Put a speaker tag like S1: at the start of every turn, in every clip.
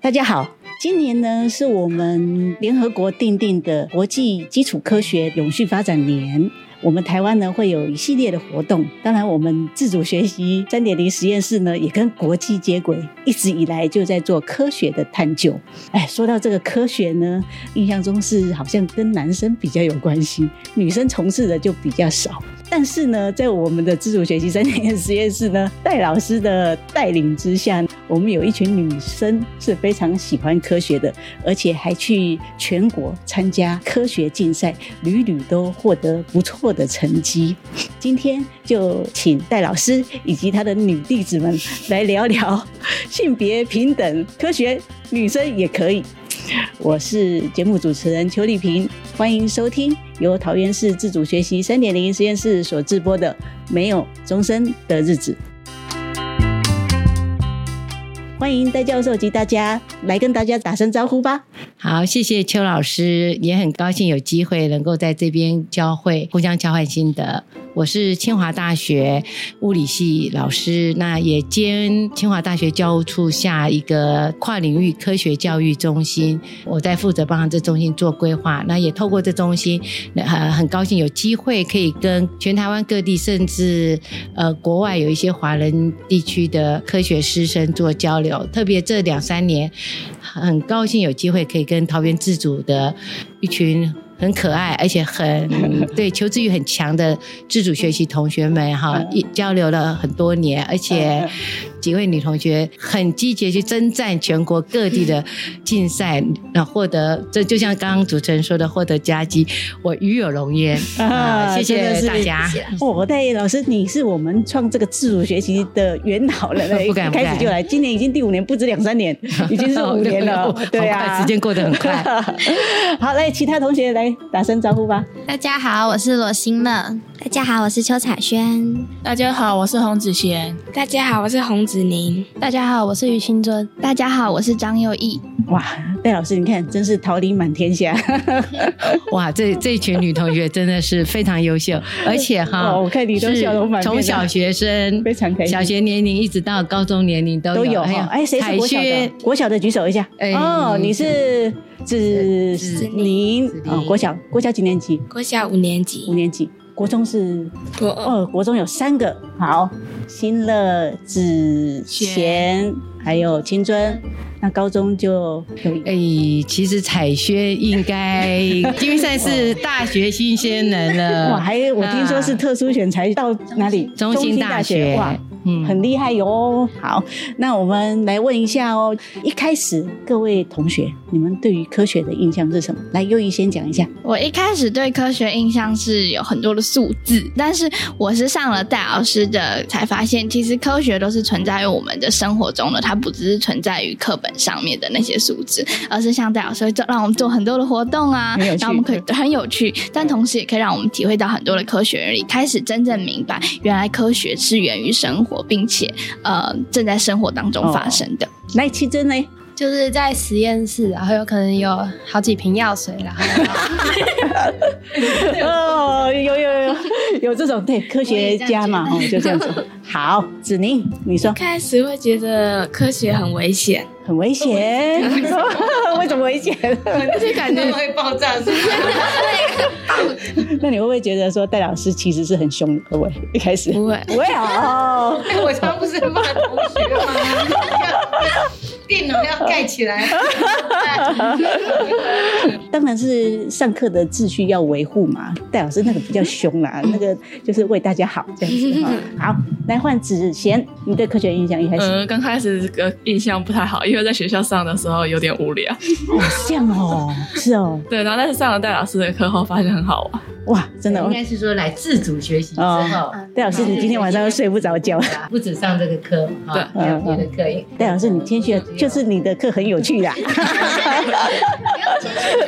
S1: 大家好，今年呢是我们联合国定定的国际基础科学永续发展年。我们台湾呢会有一系列的活动，当然我们自主学习三点零实验室呢也跟国际接轨，一直以来就在做科学的探究。哎，说到这个科学呢，印象中是好像跟男生比较有关系，女生从事的就比较少。但是呢，在我们的自主学习三点零实验室呢，戴老师的带领之下，我们有一群女生是非常喜欢科学的，而且还去全国参加科学竞赛，屡屡都获得不错的成绩。今天就请戴老师以及他的女弟子们来聊聊性别平等、科学，女生也可以。我是节目主持人邱丽萍，欢迎收听由桃园市自主学习三点零实验室所制播的《没有钟声的日子》。欢迎戴教授及大家来跟大家打声招呼吧。
S2: 好，谢谢邱老师，也很高兴有机会能够在这边交会，互相交换心得。我是清华大学物理系老师，那也兼清华大学教务处下一个跨领域科学教育中心，我在负责帮这中心做规划。那也透过这中心，呃，很高兴有机会可以跟全台湾各地，甚至呃国外有一些华人地区的科学师生做交流。特别这两三年，很高兴有机会可以跟桃园自主的一群很可爱，而且很 对求知欲很强的自主学习同学们哈，
S1: 嗯
S2: 一交流了很多年，而且几位女同学很积极地去征战全国各地的竞赛，那获得这就像刚刚主持人说的，获得佳绩，我与有荣焉 啊！谢
S1: 真的
S2: 谢
S1: 是
S2: 大家。
S1: 哦，戴老师，你是我们创这个自主学习的元老了嘞，
S2: 不敢不敢
S1: 开始就来，今年已经第五年，不止两三年，已经是五年了
S2: 好快，
S1: 对啊，
S2: 时间过得很快。
S1: 好，来，其他同学来打声招呼吧。
S3: 大家好，我是罗新乐。大家好，我是邱彩萱。
S4: 大家好，我是洪子贤。
S5: 大家好，我是洪子宁。
S3: 大家好，我是于清尊。大家好，我是张幼义。
S1: 哇，戴老师，你看，真是桃李满天下。
S2: 哇，这这群女同学真的是非常优秀，而且哈，
S1: 哇我看你都笑容满面啊
S2: 是从小学生
S1: 非常开心
S2: 小学年龄一直到高中年龄都
S1: 都有
S2: 还
S1: 哈。哎，谁是
S2: 海
S1: 国小的
S2: 轩？
S1: 国小的举手一下。
S2: 哎
S1: 哦，你是子
S2: 子
S1: 宁
S2: 子宁
S1: 哦，国小国小几年级？
S5: 国小五年
S1: 五
S5: 级，
S1: 年级。国中是
S5: 国二，
S2: 嗯
S1: 哦，国中有三个，好，新乐、子贤，还有青春。那高中就有一
S2: 哎，其实彩轩应该因为算是大学新鲜人了，
S1: 哇，还我听说是特殊选才到哪里？
S2: 中兴大学
S1: 哇，
S2: 嗯
S1: 很厉害哟。好，那我们来问一下哦。一开始各位同学，你们对于科学的印象是什么？来，优怡先讲一下。
S3: 我一开始对科学印象是有很多的数字，但是我是上了戴老师的才发现，其实科学都是存在于我们的生活中的，它不只是存在于课本上面的那些数字，而是像戴老师会做让我们做很多的活动啊，
S1: 很有趣
S3: 让我们可以很有趣，但同时也可以让我们体会到很多的科学原理，开始真正明白原来科学是源于生活，并且呃正在生活当
S1: 哦
S3: 中发生的。
S1: 来，七珍呢？
S6: 就是在实验室，然后有可能有好几瓶药水，然后
S1: 哦，有有有有这种对科学家嘛，哦，就这样子。好，子宁，你说
S5: 开始会觉得科学很危险，
S1: 很危险，为什么危险？
S5: 就感觉
S4: 会爆炸是
S1: 那你会不会觉得说戴老师其实是很凶的？会不会一开始？
S5: 不会。
S1: 我也哦，
S4: 哎，我刚不是骂同学
S2: 啊
S4: 吗？电脑要盖起来。
S1: 当然是上课的秩序要维护嘛。戴老师那个比较凶 啦，那个就是为大家好这样子哈。
S7: 嗯
S1: 好，来换子贤，你对科学印象一开始、
S8: 呃，刚开始这个印象不太好，因为在学校上的时候有点无聊。
S7: 嗯
S1: 哦这样哦，是哦，
S8: 对，然后但是上了戴老师的课后，发现很好玩。
S1: 哇，真的
S2: 应
S1: 哦。
S7: 嗯
S2: 该是说来自主学习之后，
S1: 戴老师，你今天晚上又睡不 着 觉。
S2: 不止上这个课，啊，
S1: 对
S2: 还有别的课。也
S1: 戴老师，你谦虚了，就是你的课很有趣 啦。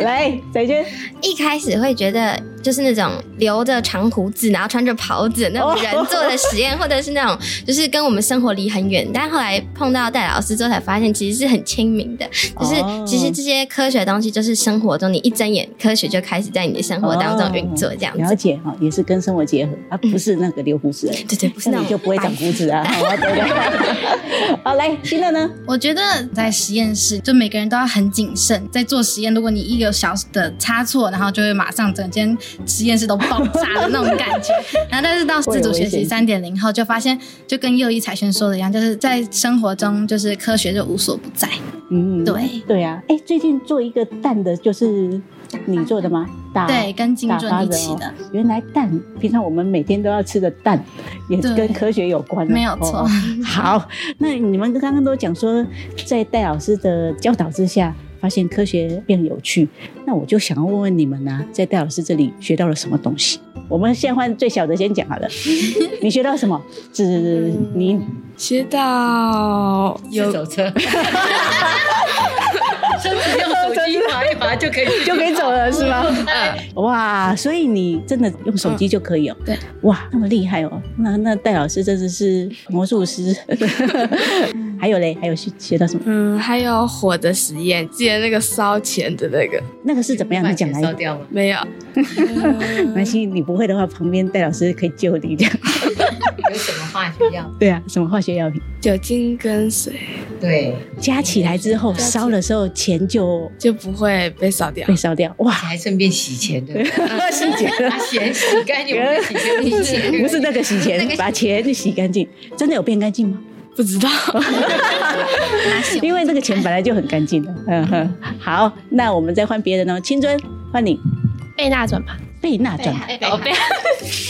S1: 来，翟娟，
S3: 一开始会觉得
S7: 就是那种留着长胡子，然后穿着袍子的那种人做的实验，或者是那种就是跟我们生活离很远，但后来碰到戴老师之后才发现，其实是很亲民的。就是
S1: 哦
S7: 其实这些科学的东西，就是生活中你一睁眼，科学就开始在你的生活当中运作，这样
S1: 了
S7: 子。
S1: 解哈，哦也是跟生活结合，而、不是那个留胡子而已。
S7: 对对，不是
S1: 那
S7: 那
S1: 你
S7: 种
S1: 就不会长胡子啊！好，对对 好来，新的呢？
S9: 我觉得在实验室，就每个人都要很谨慎，在做实验。如果你一个小的差错，然后就会马上整间实验室都爆炸的那种感觉。然后，但是到自主学习三点零后，就发现就跟又一彩萱说的一样，就是在生活中，就是科学就无所不在。
S1: 嗯，
S9: 对
S1: 对啊，哎，最近做一个蛋的，就是你做的吗？打
S9: 对，跟精
S1: 打
S9: 准
S1: 发
S9: 一
S1: 人
S9: 起的
S1: 哦。。原来蛋，平常我们每天都要吃的蛋，也
S9: 对
S1: 跟科学有关哦、
S9: 没有错
S1: 哦好，那你们刚刚都讲说，在戴老师的教导之下。发现科学变有趣，那我就想要问问你们呢、啊在戴老师这里学到了什么东西？我们先换最小的先讲好了。你学到什么？指你
S5: 学到有
S2: 手册，甚至用手机划一划就可以。
S1: 就可以走了是吗？哇，所以你真的用手机就可以哦、
S5: 对，
S1: 哇，那么厉害哦！那那戴老师真的是魔术师。还有嘞，还有学学到什么？
S5: 嗯，还有火的实验，记得那个烧钱的那个
S1: 那个是怎么样？你讲来
S2: 烧。掉吗？
S5: 没有？
S1: 没关系，你不会的话，旁边戴老师可以救你这样。
S2: 有什么化学药？
S1: 对啊，什么化学药品
S5: 酒精跟水
S2: 对，
S1: 加起来之后，烧的时候钱就
S5: 就不会被烧掉
S1: 被。烧掉。哇，
S2: 还顺便洗钱 的，
S1: 洗钱
S2: 把钱洗干净，我们洗钱不是
S1: 不是那个洗
S2: 那
S1: 钱
S2: 个，洗
S1: 把钱洗干净，真的有变干净吗？
S5: 不 知道，
S1: 因为这个钱本来就很干净的。 嗯哼，好，那我们再换别人哦。青春，换你。
S6: 贝纳转盘，
S1: 贝纳转
S5: 哎
S1: 盘，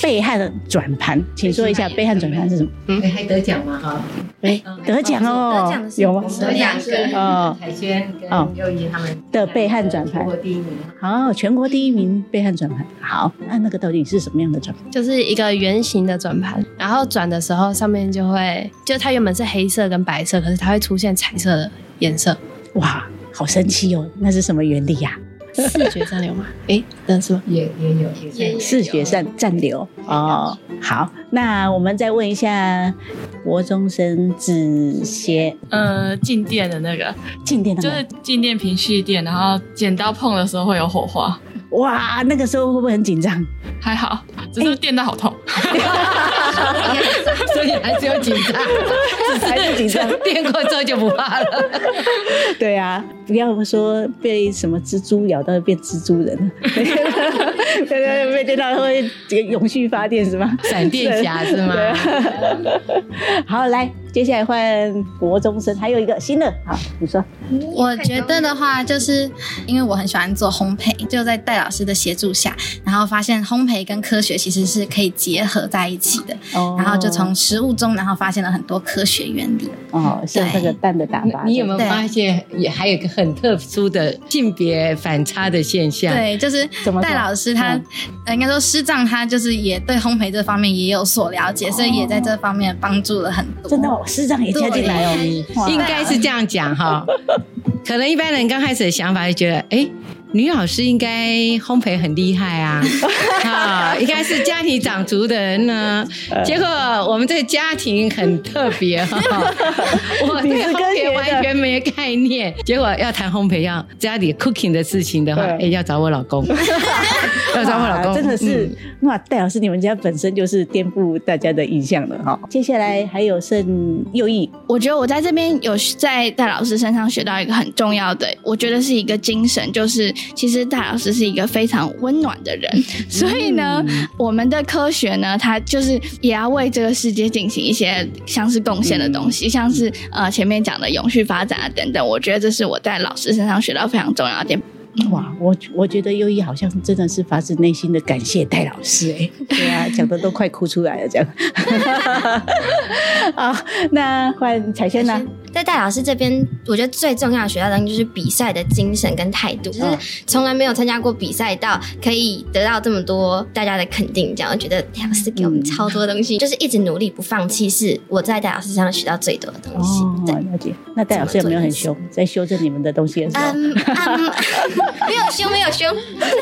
S1: 贝汉转盘，请说一下贝汉转盘是什么？
S2: 你还得奖吗？哈，
S1: 哎，得奖哦，
S7: 得奖的是
S1: 有
S7: 我
S1: 吗
S7: 们？
S2: 得奖是
S1: 哦
S2: 海轩跟
S1: 哦
S2: 幼怡他们
S1: 的贝汉转盘
S2: 全国第一名。
S1: 好，全国第一名贝汉转盘。好，那那个到底是什么样的转盘？
S6: 就是一个圆形的转盘，然后转的时候上面就会，就它原本是黑色跟白色，可是它会出现彩色的颜色。
S1: 哇，好神奇哦！那是什么原理呀、
S6: 视觉上流吗？诶，那是吗？
S2: 也也有，也
S1: 视觉上暂留哦。好，那我们再问一下国中生子鞋
S8: 呃，静电的那个
S1: 静电的
S8: 就
S1: 吗
S8: 是静电平蓄电，然后剪刀碰的时候会有火花，
S1: 哇，那个时候会不会很紧 张？
S8: 还好，只是电到好痛。
S2: 所以还是有紧张，
S1: 还是紧张？
S2: 电过之后就不怕了。
S1: 对啊，不要说被什么蜘蛛咬到变蜘蛛人了， 对对对，被电到会这个永续发电是吗？
S2: 闪电侠是吗
S1: 对 啊好，来，接下来换国中生，还有一个新的，好，你说
S9: 我觉得的话，就是因为我很喜欢做烘焙，就在戴老师的协助下，然后发现烘焙跟科学其实是可以结合在一起的。
S1: 哦
S9: 然后就从食物中，然后发现了很多科学原理。
S1: 哦，像这个蛋的打发，
S2: 你有没有
S9: 对
S2: 发现，也还有一个很特殊的性别反差的现象？，
S9: 对，就是
S1: 怎么说
S9: 戴老师他
S1: 嗯，
S9: 呃，应该说师长他就是也对烘焙这方面也有所了解，所以也在这方面帮助了很多。
S1: 哦真的、哦，师长也加进来哦，哇
S2: 应该是这样 讲哈。可能一般人刚开始的想法就觉得，哎、女老师应该烘焙很厉害 啊，啊，应该是家庭长足的 人呢。结果我们这个家庭很特 别哈，我
S1: 你
S2: 对
S1: 是
S2: 烘
S1: 跟学
S2: 焙
S1: 的
S2: 完全没概念。结果要谈烘焙，要家里 cooking 的事情的话，哎、
S1: 对
S2: 要找我老 公， 要找我老公，
S1: 哇真的是
S2: 嗯、
S1: 哇，戴老师，你们家本身就是颠覆大家的印象了哈。接下来还有剩右翼，
S3: 我觉得我在这边有在戴老师身上学到一个很重要的，我觉得是一个精神，就是其实戴老师是一个非常温暖的人，所以
S1: 嗯
S3: 呢，我们的科学呢，它就是也要为这个世界进行一些像是贡献的东
S7: 嗯
S3: 西，像是呃前面讲的永续发展啊等等。我觉得这是我在老师身上学到非常重要的点。
S1: 哇，我我觉得优一好像真的是发自内心的感谢戴老师哎、对啊，讲的都 快哭出来了这样。啊，那换彩萱呢？
S7: 在戴老师这边，我觉得最重要的学到的东西就是比赛的精神跟态度，就是从来没有参加过比赛到可以得到这么多大家的肯定，这样我觉得哎戴老师给我们超多东西，就是一直努力不放弃，是我在戴老师身上学到最多的东西。
S1: 哦，
S7: 对，
S1: 了解。那戴老师有没有很凶，在修正你们的东西的时候？
S7: 嗯嗯， 没有凶，没有凶，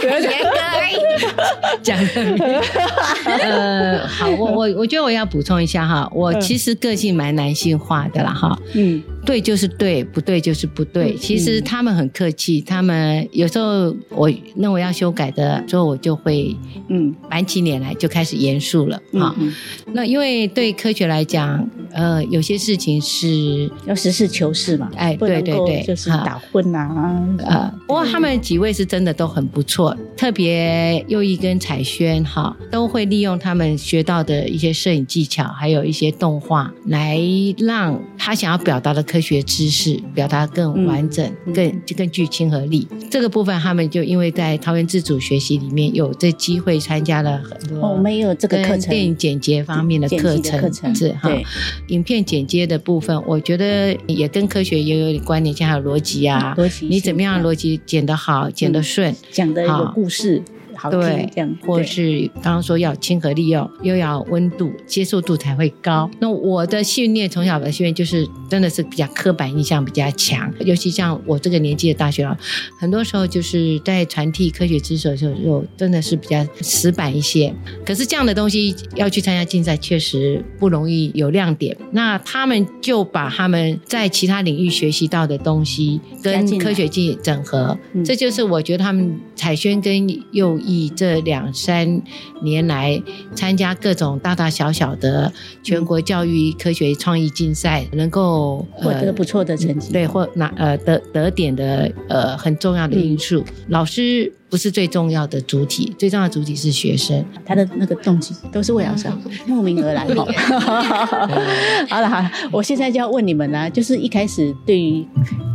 S7: 严格而已。
S2: 讲的。呃，好，我我我觉得我要补充一下哈，我其实个性蛮男性化的啦哈，
S1: 嗯，
S2: 对就是对，不对就是不对。其实他们很客气，他们有时候我认为要修改的时候，我就会
S1: 嗯
S2: 板起脸来就开始严肃了啊。
S1: 嗯，
S2: 那因为对科学来讲，呃，有些事情是
S1: 要实事求是嘛，
S2: 哎
S1: 不能
S2: 对对
S1: 够
S2: 对
S1: 就是
S2: 啊
S1: 打混啊，
S2: 呃，不过他们几位是真的都很不错，特别右一跟彩轩哈，都会利用他们学到的一些摄影技巧，还有一些动画，来让他想要表达的科学知识表达更完整、
S1: 嗯
S2: 更就更具亲和力。这个部分他们就因为在桃园自主学习里面有这机会参加了很多，
S1: 哦，我们也有这个课程，
S2: 嗯电影剪接方面的
S1: 剪
S2: 课
S1: 辑的
S2: 程，
S1: 课程
S2: 是哈。
S1: 对，
S2: 影片剪接的部分，我觉得也跟科学也有点关联，像还有逻辑啊，
S1: 逻辑
S2: 你怎么样
S1: 性
S2: 逻辑剪得好，剪得顺，
S1: 讲的有
S2: 好
S1: 故事，好听
S2: 对
S1: 这样，
S2: 或
S1: 对
S2: 是刚刚说要亲和力要又要温度，接受度才会高。那我的训练从小的训练就是真的是比较刻板印象比较强，尤其像我这个年纪的大学老师，很多时候就是在传递科学知识的时候，就真的是比较死板一些。可是这样的东西要去参加竞赛，确实不容易有亮点。那他们就把他们在其他领域学习到的东西
S1: 加进
S2: 跟
S1: 来
S2: 科学技整合，
S1: 嗯
S2: 这就是我觉得他们彩轩跟右翼这两三年来参加各种大大小小的全国教育科学创意竞赛，能够呃
S1: 获得不错的成绩，
S2: 对，或拿呃得得点的呃很重要的因素。老师不是最重要的主体，最重要的主体是学生。
S1: 他的那个动机都是为了什么？
S2: 嗯
S1: 慕名 而来哈。好了好了，我现在就要问你们啦、就是一开始对于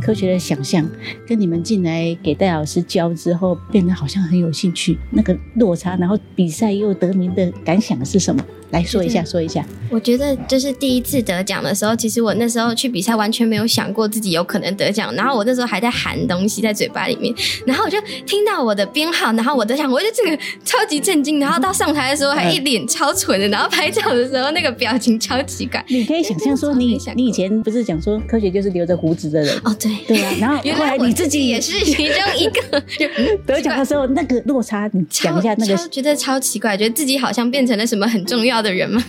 S1: 科学的想象，跟你们进来给戴老师教之后，变得好像很有兴趣，那个落差，然后比赛又得名的感想是什么？来说一下，说一下。
S7: 我觉得就是第一次得奖的时候，其实我那时候去比赛完全没有想过自己有可能得奖，然后我那时候还在含东西在嘴巴里面，然后我就听到我的编号，然后我得奖，我就这个超级震惊，然后到上台的时候还一脸超蠢的，然后拍照的时候那个表情超奇怪。
S1: 你可以想象说你，
S7: 真的超没想
S1: 你
S7: 过
S1: 以前不是讲说科学就是留着胡子的 人，
S7: 哦，对，
S1: 对啊，然后
S7: 原
S1: 后来
S7: 来我
S1: 你自己
S7: 也是其中一个， 就嗯
S1: 得奖的时候，那个落差，你
S7: 超
S1: 讲一下那 个
S7: 超觉得超奇怪，觉得自己好像变成了什么很重要的人嘛。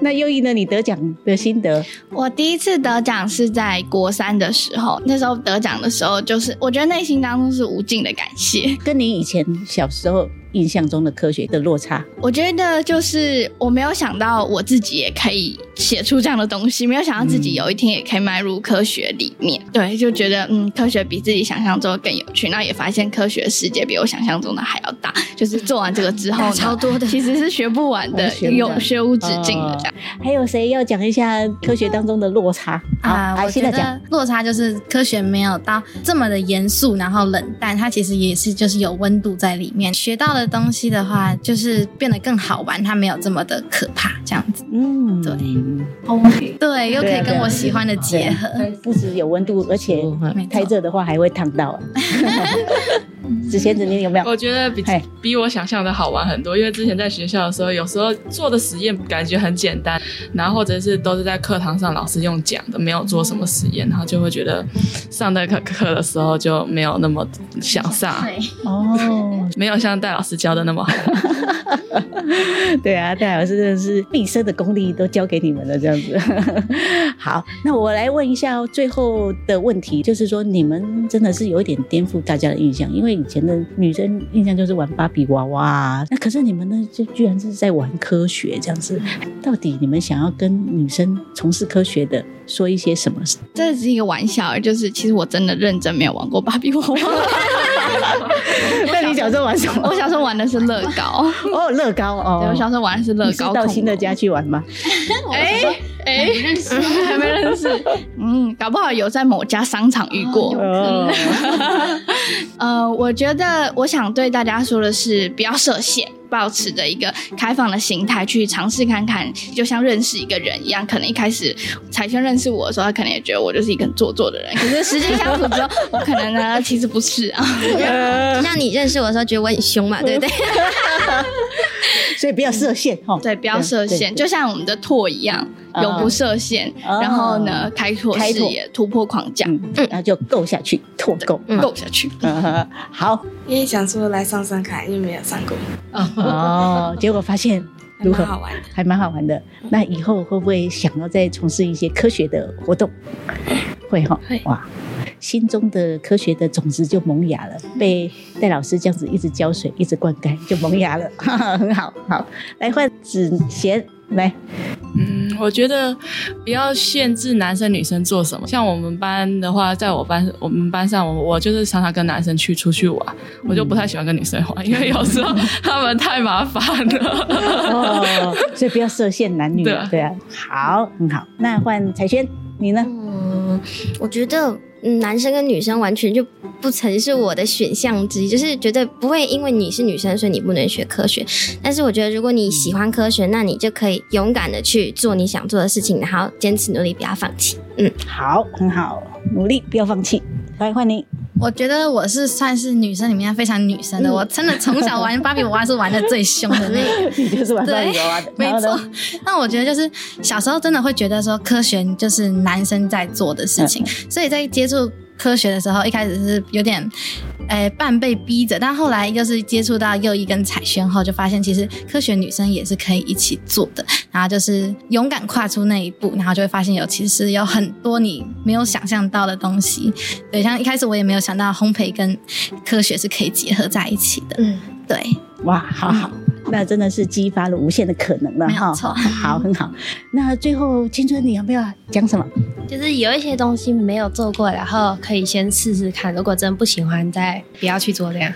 S1: 那优一呢？你得奖的心得，
S3: 我第一次得奖是在国三的时候，那时候得奖的时候，就是我觉得内心当中是无尽的感谢。
S1: 跟你以前小时候印象中的科学的落差，
S3: 我觉得就是我没有想到我自己也可以写出这样的东西，没有想到自己有一天也可以迈入科学里面。对，就觉得嗯，科学比自己想象中更有趣，那也发现科学世界比我想象中的还要大。就是做完这个之 后
S7: 大
S3: 呢，
S7: 超多的
S3: 其实是学不完的啊
S1: 哦，学不完
S3: 有学无止境的这样。
S1: 还有谁要讲一下科学当中的落差？好，
S9: 啊、
S1: 来
S9: 我
S1: 现
S9: 觉
S1: 在讲。
S9: 得落差就是科学没有到这么的严肃，然后冷淡，它其实也是就是有温度在里面。学到的东西的话，就是变得更好玩，它没有这么的可怕，这样子。
S1: 嗯，
S9: 对
S8: ，OK，
S9: 对，又可以
S1: 对啊对
S9: 跟
S1: 啊
S9: 我喜欢的结合。
S1: 不止有温度，而且太热的话还会烫到。啊 子贤子，你有没有？
S8: 我觉得比
S1: 嘿
S8: 比我想象的好玩很多，因为之前在学校的时候，有时候做的实验感觉很简单，然后或者是都是在课堂上老师用讲的，没有做什么实验，然后就会觉得上那课课的时候就没有那么想上，
S9: 对，
S1: 哦，
S8: 没有像戴老师教的那么好。
S1: 对啊，戴老师真的是毕生的功力都交给你们了，这样子。 好，那我来问一下哦最后的问题，就是说你们真的是有一点颠覆大家的印象，因为以前的女生印象就是玩芭比娃娃啊，那可是你们呢，就居然是在玩科学这样子。到底你们想要跟女生从事科学的说一些什么？
S3: 这只是一个玩笑，就是其实我真的认真没有玩过芭比娃 娃。
S1: 那你小时候玩什么
S3: 我？小时候玩的是乐高，
S1: 哦，乐高哦，
S3: 对我小时候玩的是乐
S1: 你是
S3: 高。
S1: 到新的家去玩吗？
S3: 哎哎， 还没认识，嗯，搞不好有在某家商场遇过。
S1: 哦，
S3: 呃，我觉得我想对大家说的是，不要设限。保持着一个开放的心态去尝试看看，就像认识一个人一样。可能一开始彩轩认识我的时候，他可能也觉得我就是一个很做作的 人，可是时间相处之后， 我可能呢其实不是啊。
S7: 那你认识我的时候觉得我很凶嘛，对不对？
S1: 所以不要设限哦哈。
S3: 对，不要设限，就像我们的拓一样，
S1: 嗯
S3: 永不设限，
S1: 哦
S3: 然后呢，嗯开拓
S1: 开
S3: 视
S1: 拓
S3: 野，突破框架，
S1: 嗯，然后就够下去，拓够。
S7: 嗯
S3: 够下去。
S1: 嗯， 好
S5: 因为想说来上上看，因为没有上过，
S1: 哦，结果发现
S5: 还
S1: 如
S5: 蛮
S1: 何？
S5: 好玩的。
S1: 还蛮好玩的。那以后会不会想要再从事一些科学的活动？会哈
S5: 会，
S1: 哇，心中的科学的种子就萌芽了，被戴老师这样子一直浇水，一直灌溉，就萌芽了， 哈哈，很好。好，来换子贤来，
S8: 嗯，我觉得不要限制男生女生做什么。像我们班的话，在我班我们班上，我我就是常常跟男生去出去玩，我就不太喜欢跟女生玩，因为有时候他们太麻烦了。
S1: 哦，所以不要设限男女，
S8: 对啊
S1: 对啊，好，很好。那换彩轩，你呢？
S7: 嗯，我觉得嗯男生跟女生完全就不曾是我的选项之一，就是觉得不会因为你是女生，所以你不能学科学。但是我觉得，如果你喜欢科学，那你就可以勇敢的去做你想做的事情，然后坚持努力，不要放弃。
S1: 好，很好，努力，不要放弃。来换你，
S9: 我觉得我是算是女生里面非常女生的，我真的从小玩芭比娃娃是玩的最凶的那个。
S1: 你 就是玩芭比娃娃的，
S9: 没
S1: 然后呢
S9: 错，那我觉得就是小时候真的会觉得说科学就是男生在做的事
S1: 嗯
S9: 情，所以在接触科学的时候，一开始是有点，诶、半被逼着，但后来就是接触到右一跟彩轩后，就发现其实科学女生也是可以一起做的，然后就是勇敢跨出那一步，然后就会发现有其实有很多你没有想象到的东西，对，像一开始我也没有想到烘焙跟科学是可以结合在一起的，
S7: 嗯，
S9: 对，
S1: 哇，好好，那真的是激发了无限的可能了
S9: 没有
S1: 哈。
S9: 错
S1: 好，很好。那最后青春，你要不要讲什么？
S6: 就是有一些东西没有做过，然后可以先试试看，如果真不喜欢，再不要去做这样。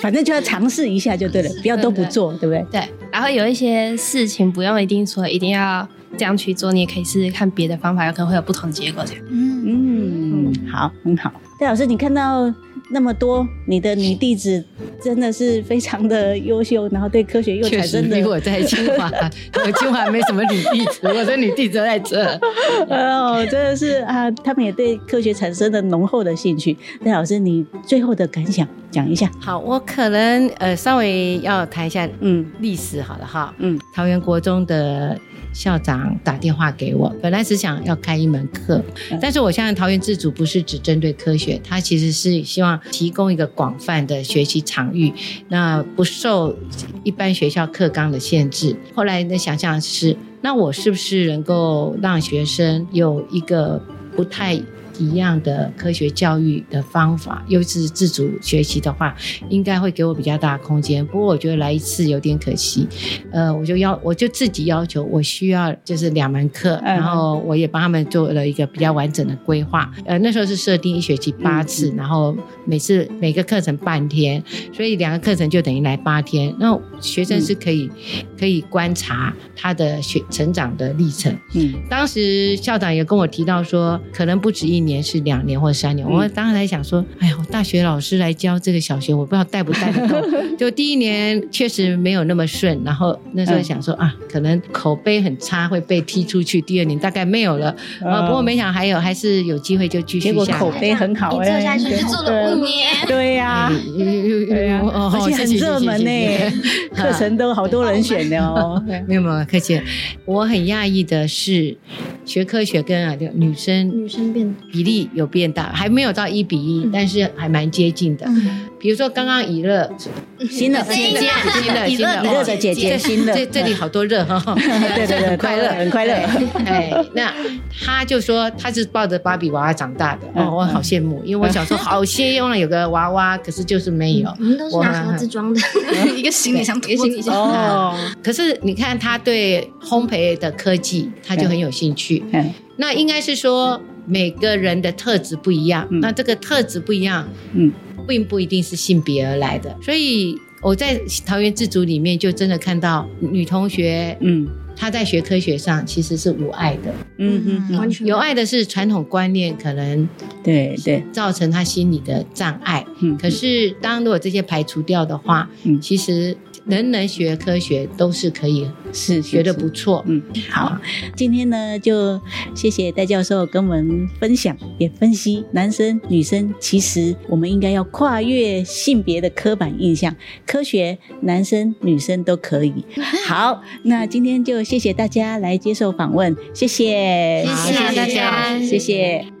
S1: 反正就要尝试一下就对了，不要都不做，对不对？
S6: 对，然后有一些事情不用一定说一定要这样去做，你也可以试试看别的方法，有可能会有不同的结果这样。
S9: 嗯，
S1: 嗯，好，很好。戴老师，你看到那么多你的女弟子，真的是非常的优秀，然后对科学又
S2: 确
S1: 产
S2: 实
S1: 生
S2: 比
S1: 的
S2: 我在清 华，我清华没什么女弟子，我的女弟子都在这。
S1: 哦，真的是啊，他们也对科学产生了浓厚的兴趣。戴老师，你最后的感想讲一下。
S2: 好，我可能呃稍微要谈一下
S1: 嗯
S2: 历史好了哈。
S1: 嗯，
S2: 桃园国中的校长打电话给我，本来只想要开一门课，
S1: 嗯
S2: 但是我相信桃园自主不是只针对科学，它其实是希望提供一个广泛的学习场域，那不受一般学校课纲的限制。后来的想象是，那我是不是能够让学生有一个不太一样的科学教育的方法，尤其是自主学习的话，应该会给我比较大的空间。不过我觉得来一次有点可惜，呃，我就要我就自己要求，我需要就是两门课，
S1: 嗯
S2: 然后我也帮他们做了一个比较完整的规划。呃，那时候是设定一学期八次，
S1: 嗯
S2: 然后每次每个课程半天，所以两个课程就等于来八天。那学
S1: 嗯
S2: 生是可以、可以观察他的学成长的历程。
S1: 嗯，
S2: 当时校长也跟我提到说，可能不止一年，是两年或三年。
S1: 嗯
S2: 我当时还想说，哎呀，我大学老师来教这个小学，我不知道带不带 得动。就第一年确实没有那么顺，然后那时候想说、啊，可能口碑很差，会被踢出去。第二年大概没有了，啊、不过没想还有还是有机会就继
S1: 嗯
S2: 续
S1: 结果
S2: 下
S1: 口
S2: 来。
S1: 碑很好，
S7: 你做下去
S1: 哎
S7: 就做了五。年。
S1: 对对
S2: 哎
S1: 呀。对呀，哎
S2: 哦
S1: 而且很热门呢
S2: 呢。，
S1: 课程都好多人选的哦。
S2: 没有没有，客气。我很讶异的是，学科学跟啊女生
S7: 女生变
S2: 比例有变大，还没有到一比
S1: 嗯
S2: 一、但是还蛮接近的。比如说刚刚以乐，
S1: 新的，
S2: 新的新 的
S1: 以
S2: 新
S1: 乐以乐的姐姐，新的，
S2: 哦这这里好多热哈，
S1: 对对对
S2: 很快乐，
S1: 很快乐
S2: 对哎，那他就说他是抱着芭比娃娃长大的，
S1: 嗯
S2: 哦，我好羡慕，因为我小时候好希望有个娃娃，可是就是没有。
S1: 嗯
S7: 我们都是
S2: 我
S7: 拿盒子装的，
S9: 一个行李箱，一个行李箱，
S1: 哦，
S2: 可是你看他对烘焙的科技，他就很有兴趣。
S1: 嗯
S2: 那应该是说每个人的特质不一样，
S1: 嗯
S2: 那这个特质不一样，
S1: 嗯，
S2: 并不一定是性别而来的。所以我在桃园自主里面就真的看到女同学
S1: 嗯
S2: 他在学科学上其实是无爱的，
S1: 嗯哼哼，
S7: 完全
S2: 有爱的是传统观念可能
S1: 对对，
S2: 造成他心理的障碍。
S1: 嗯，
S2: 可是，当如果这些排除掉的话，
S1: 嗯
S2: 其实人人学科学都是可以
S1: 是
S2: 学的
S1: 是
S2: 不错。
S1: 嗯，好，今天呢就谢谢戴教授跟我们分享，也分析男生女生，其实我们应该要跨越性别的刻板印象，科学男生女生都可以。好，那今天就谢谢大家来接受访问，谢谢，
S7: 谢谢大家
S1: 谢谢。